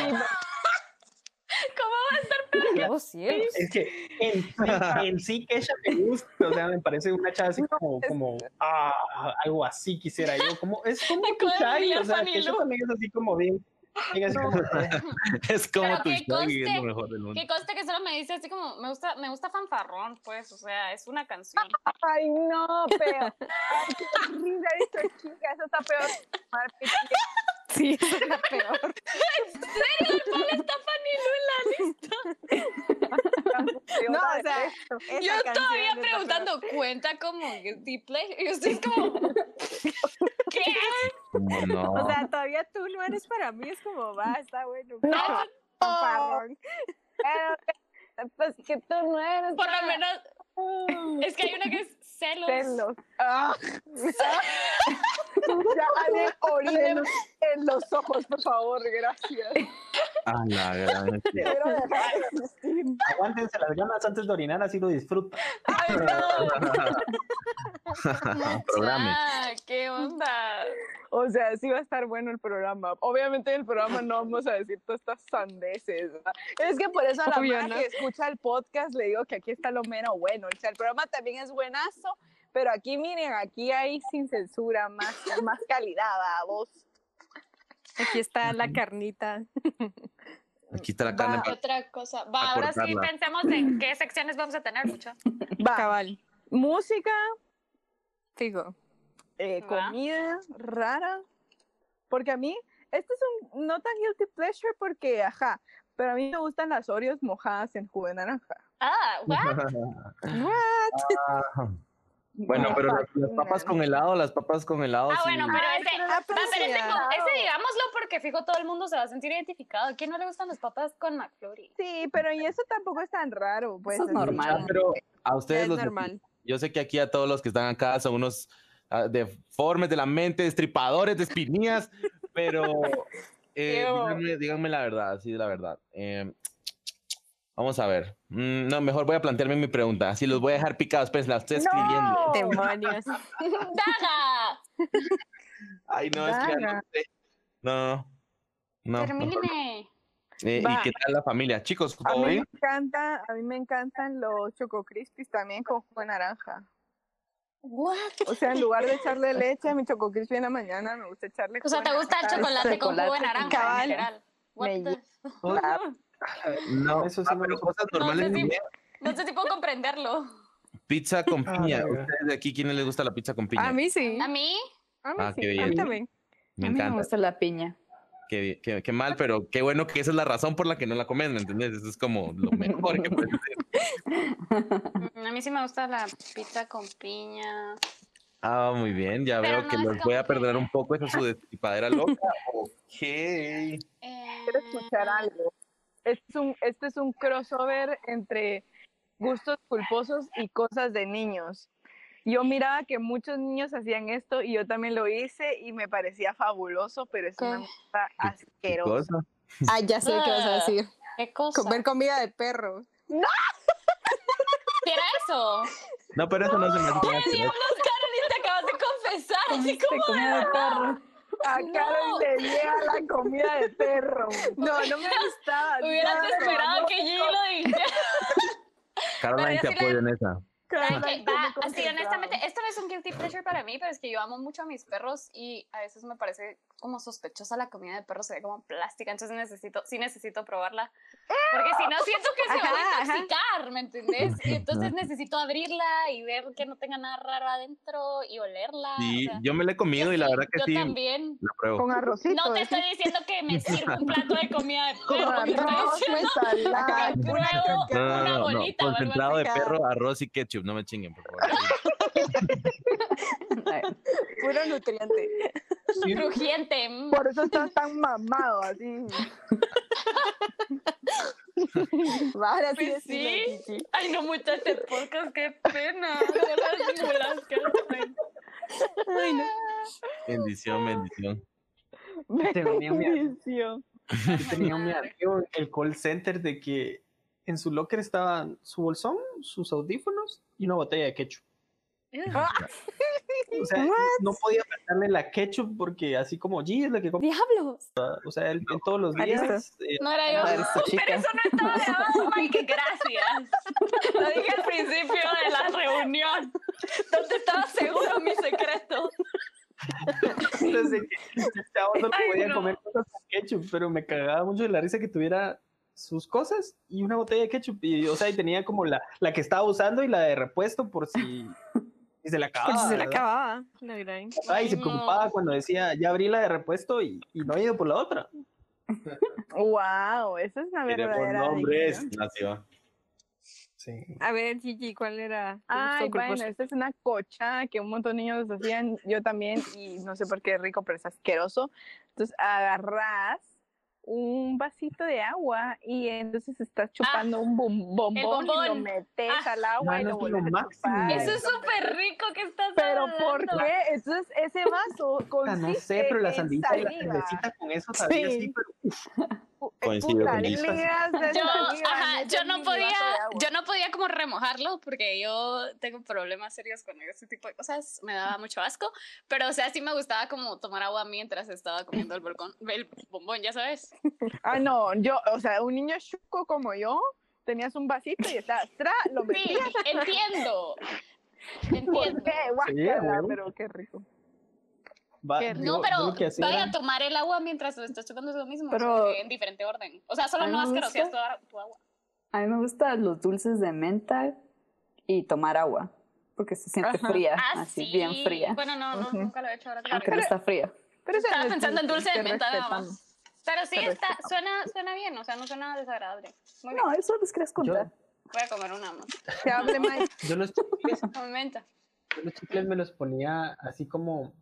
S2: ¿Cómo va a estar peor?
S13: ¡Oh, cielos!
S3: Es que en, en- en sí Quecha me gusta, o sea, me parece una chava así como, como ah, algo así quisiera yo. Como, es como
S2: Me
S3: tu
S2: acuerdo de Ah,
S3: Shaggy,
S2: Julián
S3: o sea,
S2: Fanny
S3: Quecha
S2: Lu.
S3: también es así como bien. bien así como,
S7: Es como
S2: Pero
S7: tu
S2: que
S7: Shaggy es
S2: conste
S7: lo mejor del mundo.
S2: Que conste que solo me dice así como, me gusta, me gusta fanfarrón, pues, o sea, es una canción.
S5: Ay, no, pero. Ay, qué horrible esto, chica. Eso está peor. que tomar pipí.
S4: Sí, eso es la peor.
S2: ¿Cuál está Fanny Lu en la
S5: Yo
S4: No,
S5: la
S4: o sea,
S5: detesto.
S4: esa
S2: Yo
S4: canción
S2: todavía
S4: es la
S2: preguntando, ¿cuenta como guilty pleasure? Y ustedes como, ¿qué?
S7: Como No.
S4: peor. O sea, todavía tú no eres para mí. Es como, va, está bueno.
S2: No,
S4: fanfarrón.
S5: Pero que- Pues que tú no eres.
S2: por lo
S5: nada.
S2: menos, es que hay una que es celos.
S5: Celos. Ah. ya le oríen en los ojos, por favor, gracias.
S7: Ah, la gran.
S5: Quiero dejar de existir.
S3: aguántense las ganas antes de orinar, así lo disfrutan.
S5: Ay, no.
S7: Programe.
S2: Ah, ¿qué onda?
S5: O sea, sí va a estar bueno el programa. Obviamente en el programa no vamos a decir todas estas sandeces. ¿verdad? Es que por eso a la
S4: Obvio,
S5: mara
S4: ¿no?
S5: que escucha el podcast le digo que aquí está lo menos bueno. O sea, el programa también es buenazo, pero aquí miren, aquí hay sin censura, más, más calidad a vos.
S4: Aquí está la carnita.
S7: Aquí está la carne.
S2: ¿Qué
S7: pa-
S2: otra cosa? Va, ahora sí
S7: Acortarla.
S2: pensemos en qué secciones vamos a tener, mucho.
S5: Va,
S4: Cabal.
S5: música,
S4: Fijo.
S5: eh,
S2: Va.
S5: comida rara. Porque a mí, este es un no tan guilty pleasure porque, ajá, pero a mí me gustan las Oreos mojadas en jugo de naranja.
S2: Ah, ¿what?
S7: Ah, Bueno,
S5: Las
S7: pero las, las papas
S5: fascinan.
S7: con helado, las papas con helado.
S2: Ah,
S7: sí.
S2: bueno, pero ese,
S4: Ah, pero
S2: va,
S4: ese
S2: pero ese,
S4: ya.
S2: como- ese digámoslo porque fijo todo el mundo se va a sentir identificado. ¿Quién no le gustan las papas con McFlurry?
S5: Sí, pero y eso tampoco es tan raro, pues.
S14: Eso es
S5: así.
S14: normal.
S7: Ah, pero a ustedes
S4: Es
S7: los
S4: normal.
S7: Yo sé que aquí a todos los que están acá son unos ah, deformes de la mente, destripadores de espinillas, pero eh,
S2: Ew.
S7: díganme, díganme la verdad, sí, la verdad. Eh, vamos a ver. Mm, no, mejor voy a plantearme mi pregunta. Así los voy a dejar picados, pues la estoy escribiendo.
S5: No.
S4: Demonios.
S2: ¡Daga!
S7: Ay, no, es
S2: Ah,
S7: que ya no sé. No, no, no. No, mejor no.
S2: Termíneme.
S7: Eh,
S5: Va.
S7: ¿Y qué tal la familia? Chicos,
S5: A
S7: ¿todo
S5: mí me
S7: bien?
S5: encanta, a mí me encantan los choco crispies también con jugo de naranja.
S2: ¿What?
S5: O sea, en lugar de echarle leche a mi choco crispy en la mañana, me gusta echarle.
S2: O sea,
S5: jugo
S2: ¿te
S5: de
S2: gusta el
S5: naranja.
S2: chocolate con jugo de
S14: chocolate
S2: naranja
S14: cabal.
S2: en general? What
S5: Me
S2: the-
S7: No,
S3: Eso sí
S7: ah,
S3: me
S7: pero
S3: gusta.
S7: cosas
S2: No
S7: normales.
S2: sé
S7: ni
S2: si-
S7: idea.
S2: No sé si puedo comprenderlo.
S7: Pizza con
S3: Ah,
S7: piña.
S3: verga.
S7: ¿Ustedes de aquí quiénes les gusta la pizza con piña?
S4: A mí sí.
S2: ¿A mí?
S5: A mí
S7: Ah,
S5: sí.
S7: qué
S4: A
S7: bien.
S4: mí también.
S7: Me
S14: a mí me
S7: encanta.
S14: gusta la piña.
S7: Qué, bien, qué, qué mal, pero qué bueno que esa es la razón por la que no la comes, ¿me entendés? Eso es como lo mejor que puedes hacer.
S2: Mm, A mí sí me gusta la pizza con piña.
S7: Ah, muy bien, ya
S2: Pero
S7: veo que
S2: no es
S7: les voy a
S2: como que-
S7: perdonar un poco esa su destipadera loca. Ok.
S2: Eh,
S5: Quiero escuchar algo. Este es, un, este es un crossover entre gustos culposos y cosas de niños. Yo miraba que muchos niños hacían esto y yo también lo hice y me parecía fabuloso, pero es
S4: ¿Qué?
S5: una cosa
S7: ¿Qué
S5: asquerosa.
S7: cosa?
S4: Ah, ya sé qué vas a decir.
S2: ¿Qué cosa?
S4: Comer comida de perro.
S2: ¿Qué era eso?
S7: No, pero eso no se me hace tan asqueroso.
S2: Carolyn, te acabas de confesar. así
S10: Comiste comida de perro.
S5: A Carol le llega la comida de perro. No, no me gustaba.
S2: como hubieras
S5: nada,
S2: esperado
S5: vamos,
S2: que Gigi lo dijera.
S7: Caroline,
S2: Pero yo sí
S7: te
S2: le-
S7: apoyo en esa.
S5: Carol,
S2: Que
S5: estoy
S2: va,
S5: muy
S2: así,
S5: concentrada.
S2: honestamente, esto no es un guilty pleasure para mí, pero es que yo amo mucho a mis perros y a veces me parece como sospechosa la comida de perros, se ve como plástica, entonces necesito, sí necesito probarla, porque si no siento que se va
S5: Ajá,
S2: a
S5: ajá.
S2: intoxicar, ¿me entendés? Y entonces necesito abrirla y ver que no tenga nada raro adentro y olerla. o
S7: Sí,
S2: sea,
S7: yo me la he comido y la
S2: sí,
S7: verdad que
S2: yo
S7: sí,
S2: también.
S7: la pruebo.
S5: Con arrocito.
S2: No te
S5: ¿eh?
S2: estoy diciendo que me sirva un plato de comida de
S5: Con
S2: perro, te estoy
S5: arroz,
S2: diciendo
S5: con ensalada,
S2: que
S5: con
S2: pruebo
S7: No,
S5: una
S7: no,
S2: una
S7: no, no,
S2: bolita o algo
S7: Concentrado de
S5: así.
S7: perro, arroz y ketchup. No me chinguen, por favor.
S4: Puro nutriente.
S3: Sí,
S2: crujiente. mm.
S5: Por eso estás tan mamado, así. Ahora sí,
S2: Pues
S5: decilo,
S2: sí.
S5: Gigi.
S2: Ay, no, muchachos, este podcast, qué pena. No las dimulas, qué pena.
S7: Bendición, bendición.
S3: Tenía un miedo.
S5: Bendición.
S3: Yo tenía un amigo en el call center de que en su locker estaban su bolsón, sus audífonos y una botella de ketchup.
S2: Ah,
S5: Ah,
S3: O sea, no podía faltarle la ketchup porque así como G es la que compra,
S8: ¡Diablos!
S3: o sea, él en todos los
S5: Ahí está.
S3: días eh,
S2: No era
S10: Madre,
S2: yo.
S10: esta chica.
S9: Eso no estaba grabado, Mike, gracias. Lo dije al principio de la reunión, donde estaba seguro mi secreto.
S3: desde que el chavo no
S9: Ay,
S3: podía
S9: no.
S3: comer cosas con ketchup, pero me cagaba mucho de la risa que tuviera sus cosas y una botella de ketchup y o sea, y tenía como la, la que estaba usando y la de repuesto por si, si se la acababa.
S4: Por si se la
S3: ¿verdad?
S4: acababa. La gran.
S3: Ajá, y se
S2: No.
S3: preocupaba cuando decía, ya abrí la de repuesto y, y no he ido por la otra.
S5: Wow, eso es una verdadera. adicción.
S7: Así va.
S3: Sí.
S4: A ver, Gigi, ¿cuál era? tu
S5: Ay,
S4: gusto culposo?
S5: bueno, esta es una cocha que un montón de niños hacían, yo también, y no sé por qué es rico, pero es asqueroso. Entonces agarras un vasito de agua y entonces estás chupando un bom- bombón y lo
S2: Ah, bombón.
S5: metes
S2: Ah.
S5: al agua y
S3: Mano,
S5: lo
S3: es lo
S5: vuelves a
S3: máximo.
S5: chupar.
S2: Eso es súper rico que estás
S5: Pero ¿por
S2: hablando.
S5: qué? Entonces ese vaso
S2: Pues
S3: Puta,
S5: consiste
S3: Ah, no sé, pero la
S5: en
S3: sandita y la
S5: saliva.
S3: cervecita con eso sabía
S5: Sí.
S3: así, pero
S5: Pu-
S7: Coincido
S5: puta,
S7: con Liz.
S5: ligas de
S2: Yo,
S5: saliva,
S2: ajá,
S5: metes
S2: yo no
S5: un vaso de
S2: podía,
S5: agua.
S2: yo no podía como remojarlo porque yo tengo problemas serios con ese tipo de cosas, me daba mucho asco, pero o sea, sí me gustaba como tomar agua mientras estaba comiendo el, bolcón, el bombón, ya sabes.
S5: Ah, no, yo, o sea, un niño chuco como yo, tenías un vasito y estabas, tra, lo
S2: Sí,
S5: metías.
S2: entiendo. Entiendo.
S5: ¿Por qué? Guácala,
S3: huevo.
S5: pero qué rico.
S3: va-
S5: Qué
S3: yo-
S2: No,
S3: yo
S2: pero
S3: lo que hacía
S2: vaya
S3: era-
S2: a tomar el agua mientras lo estás chupando, es lo mismo,
S10: Pero-
S2: solo que en diferente orden. O sea,
S10: A
S2: solo
S10: mí
S2: no
S10: me
S2: asqueroseas tu,
S10: gusta.
S2: tu agua.
S10: A mí me gustan los dulces de menta y tomar agua, porque se siente
S5: Ajá.
S10: fría,
S2: Ah,
S10: así
S2: sí.
S10: bien fría, Ah,
S2: Bueno, no, no,
S5: Ujú.
S2: nunca lo he hecho ahora. que lo
S10: aunque no
S2: recuerdo.
S10: está fría.
S5: Pero eso
S2: Estaba
S5: no es
S2: pensando en dulce de
S5: te
S2: menta nada más.
S5: respetamos.
S2: Pero sí,
S5: Te
S2: está,
S5: respetamos.
S2: suena, suena bien, o sea, no suena desagradable. Muy bien,
S10: No, eso les querías contar.
S2: voy a comer una más.
S5: Que hable Mike.
S3: Yo los, chicles,
S2: Un momento.
S3: yo los chicles me los ponía así como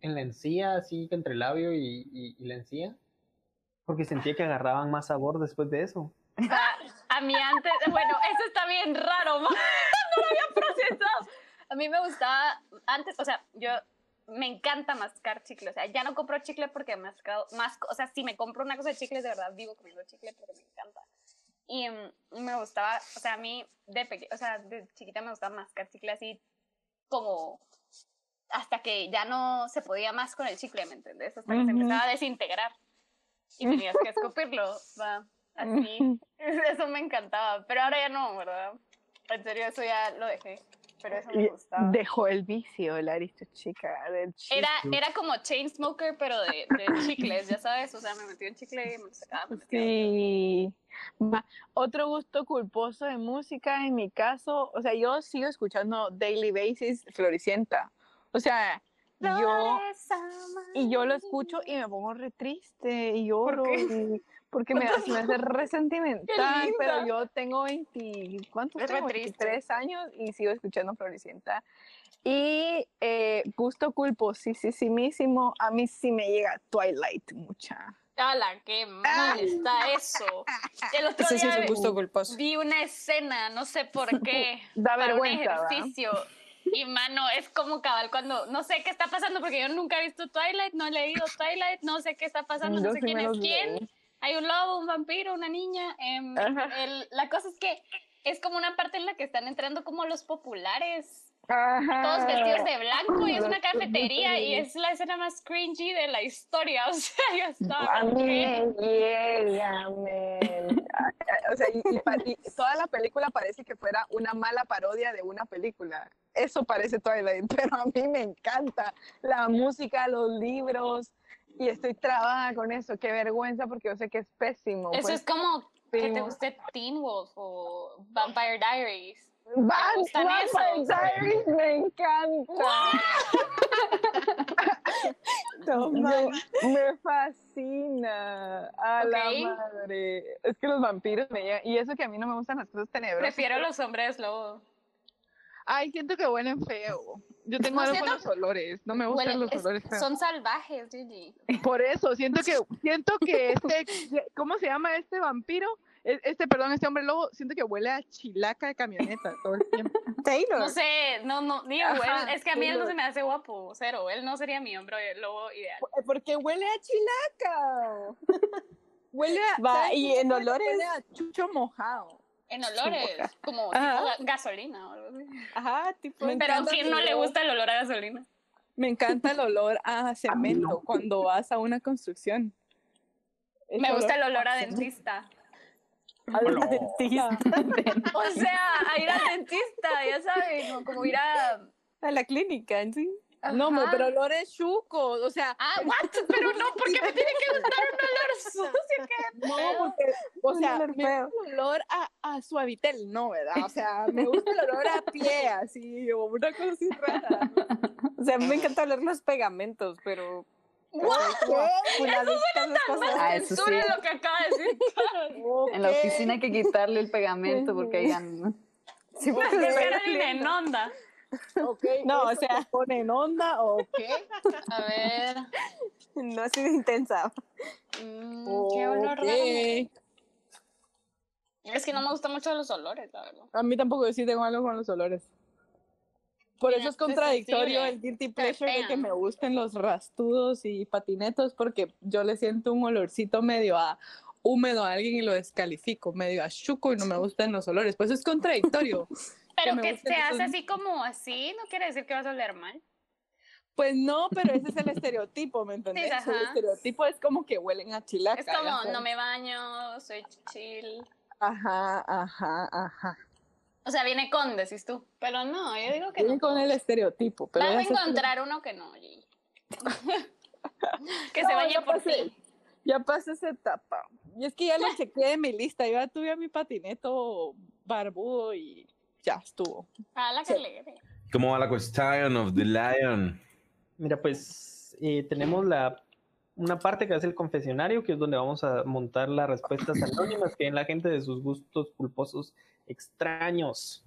S3: en la encía, así que entre el labio y, y- y la encía, porque sentía que agarraban más sabor después de eso.
S2: A mí antes, bueno, eso está bien raro, ma. no lo había procesado. A mí me gustaba, antes, o sea, yo me encanta mascar chicle, o sea, ya no compro chicle porque mascado, masco, o sea, si me compro una cosa de chicle, de verdad vivo comiendo chicle porque me encanta. Y mm, me gustaba, o sea, a mí de pequeña, o sea, de chiquita me gustaba mascar chicle así como hasta que ya no se podía más con el chicle, ¿me entendés? Hasta que se
S5: Ujú.
S2: empezaba a desintegrar y tenías que escupirlo, va, así. Eso me encantaba, pero ahora ya no, ¿verdad? En serio, eso ya lo dejé, pero eso me
S5: Y
S2: gustaba.
S5: Dejó el vicio, la chica del chico.
S2: Era, era como Chainsmoker, pero de, de chicles, ya sabes, o sea, me metí un chicle y me lo sacaba. me lo sacaba.
S5: Sí. Va. Otro gusto culposo de música, en mi caso, o sea, yo sigo escuchando Daily Basis Floricienta. O sea, yo...
S2: Flores
S5: Y yo lo escucho y me pongo re triste y lloro. y- porque me, se me hace re sentimental, pero yo tengo 20, ¿cuántos
S2: Es re
S5: tengo?
S2: triste.
S5: 23 años y sigo escuchando Floricienta. Y eh, gusto culposísimo, a mí sí me llega Twilight mucha.
S2: ¡Hala, qué mal está eso! El otro
S4: Ese sí es
S2: día
S4: un gusto culposo.
S2: vi una escena, no sé por qué,
S5: Da
S2: para un
S5: vergüenza, ¿verdad?
S2: ejercicio Y mano, es como cabal cuando no sé qué está pasando porque yo nunca he visto Twilight, no he leído Twilight, no sé qué está pasando, no sé quién es quién. Hay un lobo, un vampiro, una niña. em, el- la cosa es que es como una parte en la que están entrando como los populares,
S5: Ah.
S2: todos vestidos de blanco y es una cafetería y es la escena más cringy de la historia. O sea, yo estaba.
S9: A mí
S2: ¿qué?
S9: me llega, men.
S5: O sea, y, y pa- y toda la película parece que fuera una mala parodia de una película. Eso parece Twilight, pero a mí me encanta la música, los libros, y estoy trabada con eso. Qué vergüenza, porque yo sé que es pésimo.
S2: Eso
S5: pues,
S2: es como que te
S5: pésimo.
S2: guste Teen Wolf o Vampire Diaries.
S5: Van-
S2: ¿Te gustan
S5: Vampire
S2: esos?
S5: Diaries, me encanta. Yo- me fascina a
S2: Ok.
S5: la madre. Es que los vampiros me llegan. Y eso que a mí no me gustan las cosas tenebrosas.
S2: Prefiero los hombres lobo.
S5: Ay, siento que huelen feo. Yo tengo
S2: No,
S5: algo con
S2: siento-
S5: los olores. No me gustan
S2: Huelen-
S5: los
S2: es-
S5: olores feos.
S2: son salvajes, Gigi.
S5: Por eso, siento que, siento que este, ¿cómo se llama este vampiro? E- Este, perdón, este hombre lobo, siento que huele a chilaca de camioneta todo el tiempo.
S4: Taylor.
S2: No sé, no, no, digo,
S5: Ajá,
S2: él- es que a mí él no
S5: Taylor.
S2: se me hace guapo, cero. Él no sería mi hombre lobo ideal.
S5: Porque huele a chilaca. Huele a,
S4: Va,
S5: ¿sabes
S4: y
S5: qué
S4: en
S5: huele?
S4: olores.
S5: Huele a chucho mojado.
S2: En olores, como tipo
S4: Ajá.
S2: ga- gasolina o algo así.
S4: Ajá, tipo.
S5: Me
S2: Pero a
S5: encanta
S2: quién
S5: mi
S2: no le
S5: olor.
S2: gusta el olor a gasolina.
S5: Me encanta el olor a cemento cuando vas a una construcción. Ese
S2: Me gusta el olor a
S5: cemento.
S2: dentista.
S3: Hola.
S2: O sea, a ir al dentista, ya saben, o como ir a.
S4: A la clínica, en sí.
S5: No, mo,
S2: Ajá.
S5: pero olores chucos, o sea,
S2: Ah, what? Pero no, porque me tiene que gustar un olor sucio. ¿Qué?
S5: No,
S2: pedo?
S5: porque, o
S4: Ah, Un
S5: sea,
S4: olor
S5: me
S4: feo.
S5: gusta el olor a, a suavitel, no, ¿verdad? O sea, me gusta el olor a pie, así, o una cosa así rara.
S4: O sea, a mí me encanta oler los pegamentos, pero.
S10: Ah, eso sí.
S2: Censura lo que acaba de decir.
S10: En
S2: Eh,
S10: la oficina hay que quitarle el pegamento porque ahí andan.
S4: Sí,
S2: Pues
S4: porque
S2: es
S4: se-
S2: Carolina en onda.
S4: No, o sea,
S5: ¿Ponen onda o qué?
S2: A ver.
S4: no ha sido intensa.
S2: Mm, qué olor raro.
S5: Ok.
S2: Es que no me gustan mucho los olores, la verdad.
S5: A mí tampoco yo sí tengo algo con los olores. Por
S2: Mira,
S5: eso es
S2: soy
S5: contradictorio
S2: sensible.
S5: el guilty pleasure de que
S2: fea.
S5: me gusten los rastudos y patinetos, porque yo le siento un olorcito medio a húmedo a alguien y lo descalifico, medio a chuco y no me gustan los olores. Por eso es contradictorio.
S2: Pero
S5: me
S2: que
S5: gusten
S2: te hace
S5: esos-
S2: así como así, no quiere decir que vas a oler mal.
S5: Pues no, pero ese es el estereotipo, ¿me entendés?
S2: ajá.
S5: el estereotipo es como que huelen a chilaca.
S2: Es como,
S5: ya
S2: no
S5: sabes.
S2: me baño, soy chill.
S5: Ajá, ajá, ajá.
S2: O sea, viene con, decís tú. Pero no, yo digo que
S5: Vienen
S2: no.
S5: con el estereotipo, pero
S2: Vas a
S5: ese es el-
S2: encontrar uno que no, Gigi. que
S5: No,
S2: se bañe
S5: ya
S2: por
S5: pasé.
S2: ti.
S5: ya pasé esa etapa. Y es que ya lo chequeé de mi lista, yo ya tuve a mi patineto barbudo y ya estuvo.
S2: A Ah, la que
S5: Sí.
S2: le
S7: ¿Cómo va la cuestión of the lion?
S3: Mira, pues eh, tenemos la una parte que es el confesionario, que es donde vamos a montar las respuestas anónimas que den la gente de sus gustos culposos extraños.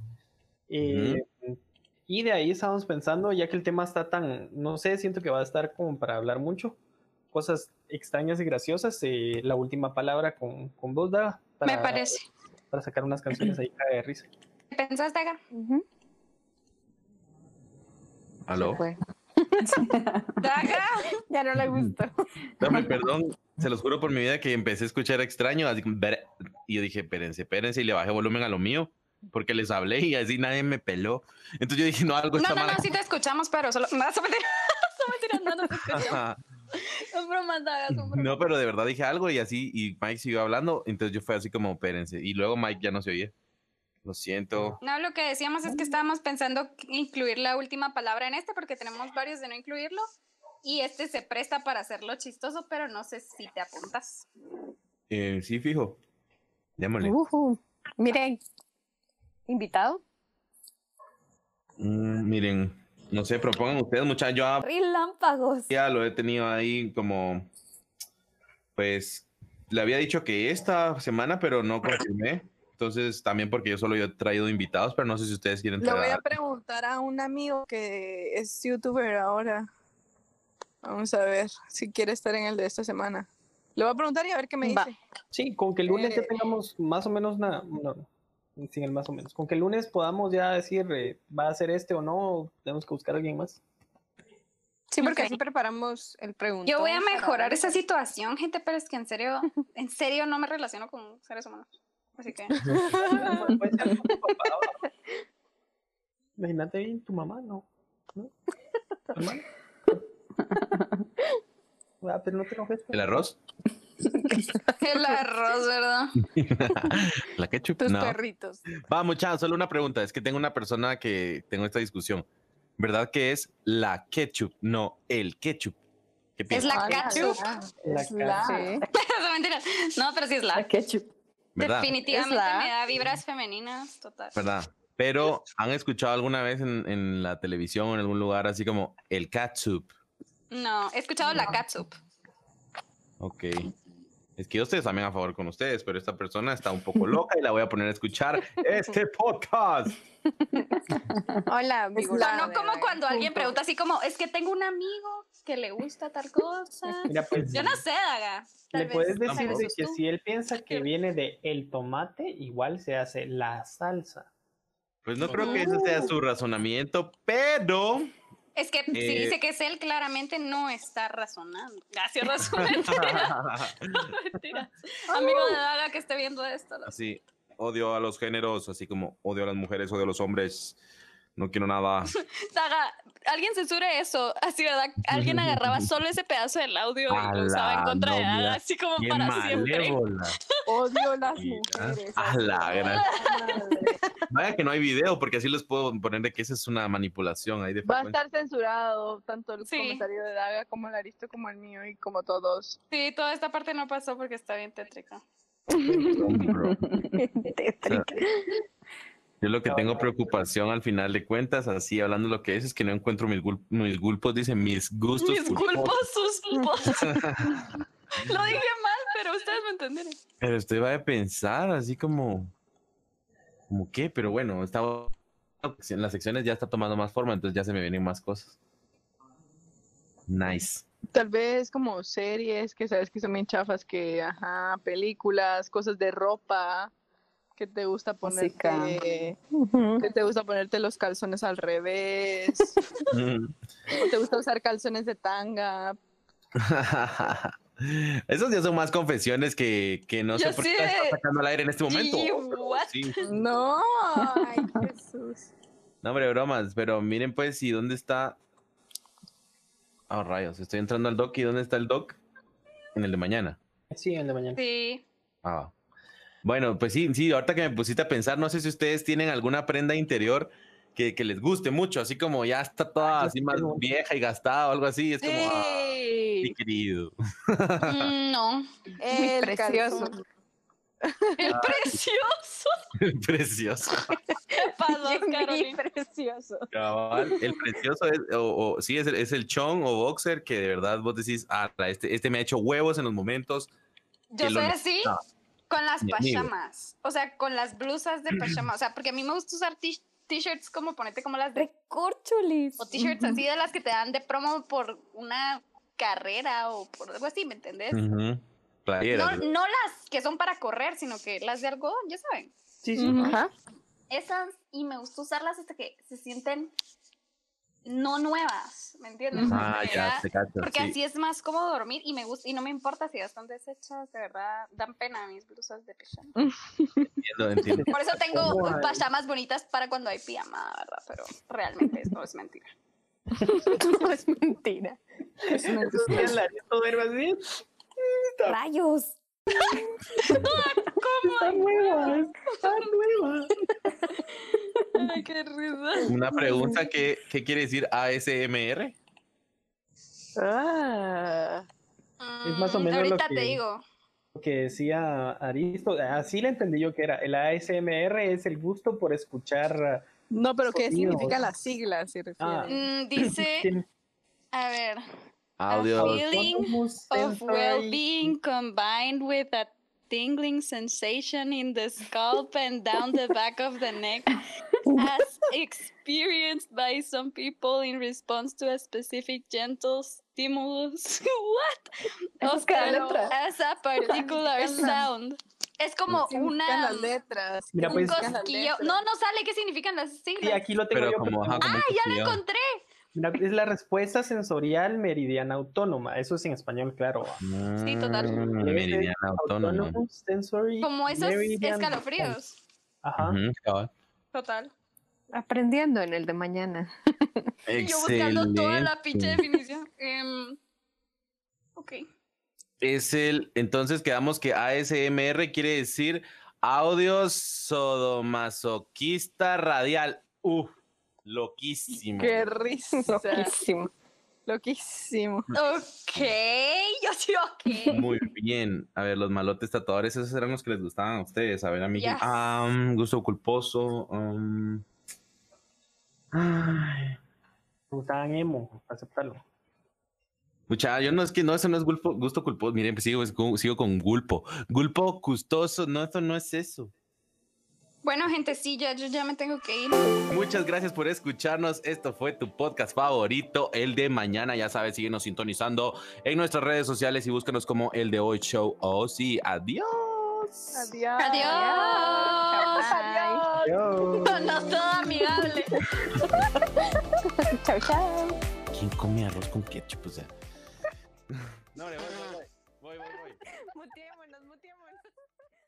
S3: Eh, Y de ahí estábamos pensando, ya que el tema está tan, no sé, siento que va a estar como para hablar mucho, cosas extrañas y graciosas. eh, la última palabra con, con vos, Daga, para,
S9: Me parece.
S3: para sacar unas canciones ahí caga de risa.
S9: ¿Pensaste acá?
S7: ¿Aló?
S9: ¿Daga?
S4: Ya no le gustó.
S7: Dame perdón, se los juro por mi vida que empecé a escuchar extraño. Así, como, "Ver-". y yo dije, espérense, espérense, y le bajé volumen a lo mío, porque les hablé y así nadie me peló. Entonces yo dije, no, algo
S9: No,
S7: está
S9: no,
S7: mal.
S9: no, sí te escuchamos, pero solo. Me vas a meter-
S2: Mentira, no, no te escucho.
S7: Ajá.
S2: Son bromas, Daga, son bromas.
S7: No, pero de verdad dije algo y así, y Mike siguió hablando, entonces yo fue así como, espérense. Y luego Mike ya no se oía. Lo siento.
S9: No, lo que decíamos es que estábamos pensando incluir la última palabra en este porque tenemos varios de no incluirlo y este se presta para hacerlo chistoso, pero no sé si te apuntas.
S7: Eh, sí, fijo. Démosle.
S4: Ujú. Miren, invitado.
S7: Mm, miren, no sé, propongan ustedes, muchachos. Yo a-
S8: Relámpagos.
S7: ya lo he tenido ahí como, pues, le había dicho que esta semana, pero no confirmé. Entonces, también porque yo solo he traído invitados, pero no sé si ustedes quieren
S5: Le
S7: traer.
S5: voy
S7: a
S5: a
S7: alguien.
S5: preguntar a un amigo que es youtuber ahora. Vamos a ver si quiere estar en el de esta semana. Le voy a preguntar y a ver qué me
S4: Va.
S5: dice.
S3: Sí, con que el lunes ya
S5: Eh,
S3: tengamos más o menos una, una- sin el más o menos. Con que el lunes podamos ya decir, eh, va a ser este o no, tenemos que buscar a alguien más.
S6: Sí, porque así preparamos el preguntón.
S2: Yo voy a
S6: para
S2: mejorar
S6: ver.
S2: esa situación, gente, pero es que en serio, en serio no me relaciono con seres humanos. Así que
S3: Puede ser tu papá, ¿va? Imagínate bien tu mamá, ¿no? ¿No? ¿Tu hermana? Ah, pero no te enojes. pues.
S7: ¿El arroz?
S2: el arroz, ¿verdad?
S7: ¿La ketchup?
S6: Tus
S7: No.
S6: perritos.
S7: Va, muchachos, solo una pregunta. Es que tengo una persona que tengo esta discusión. ¿Verdad que es la ketchup, no el ketchup? ¿Qué
S2: Es
S7: piensas?
S2: la ketchup.
S3: La
S10: Es la-
S3: casa.
S6: Sí.
S2: No, mentiras. No, pero sí es
S10: La
S2: la.
S10: ketchup.
S7: ¿Verdad?
S2: Definitivamente
S6: Es la.
S2: me da vibras femeninas, total.
S7: ¿Verdad? Pero han escuchado alguna vez en, en la televisión o en algún lugar así como el ketchup.
S2: No, he escuchado la catsup.
S7: Ok. Es que yo estoy también a favor con ustedes, pero esta persona está un poco loca y la voy a poner a escuchar este podcast.
S6: Hola, amigo.
S2: no como cuando alguien pregunta así como, es que tengo un amigo que le gusta tal cosa.
S3: Mira, pues,
S2: Yo no sé, Daga. Tal
S3: le
S2: vez
S3: puedes decir
S7: Tampoco.
S3: de
S2: sos
S3: que
S2: tú.
S3: si él piensa que viene de el tomate, igual se hace la salsa.
S7: Pues no creo que ese sea su razonamiento, pero
S2: Es que si
S7: Eh,
S2: dice que es él, claramente no está razonando. Ah, Gracias, razonando. Mentira. Amigo de Daga que esté viendo esto. ¿no?
S7: así odio a los géneros, así como odio a las mujeres, odio a los hombres. No quiero nada.
S2: Daga, alguien censure eso. Así, ¿verdad? Alguien agarraba solo ese pedazo del audio y lo usaba en
S7: Ala,
S2: contra de
S7: no, mira,
S2: Daga, así como
S7: Bien
S2: para siempre.
S7: malévola.
S5: Odio las
S7: Mira, Ah.
S5: mujeres.
S7: a la gran-
S5: madre.
S7: Vaya que no hay video, porque así les puedo poner de que esa es una manipulación ahí de
S5: Va a
S7: frecuencia.
S5: estar censurado tanto el
S2: Sí.
S5: comentario de Daga como el Aristo como el mío y como todos.
S2: Sí, toda esta parte no pasó porque está bien tétrica.
S7: Bro,
S6: pregunta.
S7: Yo lo que
S3: No,
S7: tengo
S3: no.
S7: preocupación al final de cuentas, así hablando lo que es, es que no encuentro mis, gul- mis gulpos, dice mis gustos.
S2: Mis
S7: culposos.
S2: culpos, sus culpos. Lo dije mal, pero ustedes me entendieron.
S7: Pero usted va a pensar así como, como qué, pero bueno, está, en las secciones ya está tomando más forma, entonces ya se me vienen más cosas. Nice.
S5: Tal vez como series que sabes que son bien chafas, que, ajá, películas, cosas de ropa, que te gusta
S10: Música.
S5: ponerte, que te gusta ponerte los calzones al revés, o te gusta usar calzones de tanga.
S7: Esos ya son más confesiones que, que no
S2: Ya
S7: sé por qué
S2: sé.
S7: las está sacando al aire en este momento.
S2: Y-
S7: pero
S2: what?
S7: sí.
S5: No, ay Jesús.
S7: No, hombre, bromas, pero miren pues, ¿y dónde está? Oh, rayos, estoy entrando al doc y ¿dónde está el doc? En el de mañana.
S3: Sí, el de mañana.
S2: Sí.
S7: Ah. Bueno, pues sí, sí, ahorita que me pusiste a pensar, no sé si ustedes tienen alguna prenda interior que, que les guste mucho, así como ya está toda
S3: yo
S7: así
S3: sí
S7: más
S3: tengo una.
S7: vieja y gastada o algo así, es como, ah, mi querido.
S2: Mm, No.
S5: El
S6: precioso.
S5: calzón.
S2: El precioso.
S7: precioso.
S2: ¿Qué pasó, Carolina?
S6: precioso.
S7: Cabal, El precioso es, o, o- sí, es el, es el chon o boxer que de verdad vos decís, ah, este, este me ha hecho huevos en los momentos.
S2: Yo
S7: que lo
S2: soy así
S7: necesitaba.
S2: con las
S7: Mi amigo.
S2: pachamas. O sea, con las blusas de pachama. O sea, porque a mí me gusta usar t- t-shirts como ponerte como las de
S4: Recorcholis.
S2: O t-shirts así de las que te dan de promo por una carrera o por algo así, ¿me entendés?
S7: Ujú.
S2: No,
S7: Playeras, ¿verdad?
S2: no las que son para correr, sino que las de algodón, ya saben.
S3: Sí, sí.
S5: Ajá.
S2: Esas, y me gusta usarlas hasta que se sienten no nuevas, ¿me entiendes?
S7: Ah,
S2: Porque
S7: ya,
S2: ya-
S7: te cacho,
S2: porque
S7: sí.
S2: así es más cómodo dormir y me gusta, y no me importa si ya están deshechas, de verdad, dan pena mis blusas de pijama.
S7: Entiendo, entiendo.
S2: Por eso tengo
S3: Ay.
S2: pajamas bonitas para cuando hay pijama, ¿verdad? Pero realmente eso es mentira.
S6: No es mentira. Es
S3: Esos días la Ariel todo era así,
S4: Rayos.
S3: está nueva, está nueva.
S2: Ay, qué risa.
S7: Una pregunta que, ¿qué quiere decir ASMR?
S5: Ah.
S3: Es más o
S2: Mm,
S3: menos lo
S2: Ahorita
S3: que-
S2: te digo.
S3: Lo que decía Aristo, así la entendí yo que era. El ASMR es el gusto por escuchar. ah,
S5: No, pero ¿qué
S3: Sonidos.
S5: significan las siglas? Se refiere.
S3: Ah.
S2: Mm, dice,
S3: tiene
S2: a ver,
S7: Audio.
S2: feeling
S3: autonomous
S2: of
S3: sensory-
S2: well-being combined with a tingling sensation in the scalp and down the back of the neck as experienced by some people in response to a specific gentle stimulus. what?
S10: Eso es cada
S2: Oscar,
S10: letra.
S2: as a particular sound. Es como
S5: Sí, buscan
S2: una.
S5: las letras.
S3: Mira,
S2: un
S3: pues-
S5: Buscan las
S2: cosquillo.
S5: letras.
S2: No, no sale qué significan las siglas.
S3: Sí, aquí lo tengo
S7: Pero
S3: yo,
S7: como,
S3: pero
S7: ajá, como
S2: ah, ya lo
S7: cosquilleo.
S2: encontré.
S3: mira, es la respuesta sensorial meridiana autónoma. Eso es en español, claro.
S2: Sí, total.
S7: Mm, Meridiana autónoma.
S3: Autonomous sensory
S2: Como esos
S3: meridian
S2: escalofríos.
S3: response. Ajá.
S7: Ujú, cabal.
S2: Total.
S4: Aprendiendo en el de mañana.
S2: Y yo buscando toda la pinche
S7: Excelente.
S2: definición. Em, ok.
S7: Es el, entonces quedamos que ASMR quiere decir audio sodomasoquista radial. Uf, loquísimo.
S5: Qué risa.
S4: Loquísimo.
S5: Loquísimo.
S2: Ok. Yo sí, ok.
S7: Muy bien. A ver, los malotes tatuadores, esos eran los que les gustaban a ustedes. A ver, a mí.
S2: Yes.
S7: Ah, mm, gusto culposo. mm. Ay,
S3: Me gustaban emo, aceptarlo.
S7: Mucha, yo no es que no, eso no es gulpo- gusto culposo. Miren, pues sigo, sigo con gulpo. Gulpo gustoso, no, eso no es eso.
S2: Bueno, gente, sí, ya, yo ya me tengo que ir.
S7: Muchas gracias por escucharnos. Esto fue tu podcast favorito, el de mañana. Ya sabes, síguenos sintonizando en nuestras redes sociales y búscanos como el de hoy show. Oh, sí, adiós.
S5: Adiós.
S2: Adiós.
S5: Adiós.
S3: Yo.
S2: No todo amigable.
S4: Chao, chao.
S7: ¿Quién come arroz con ketchup? O sea. No, hombre, voy, voy, voy. Voy, voy, voy.
S5: Muteémonos, muteémonos.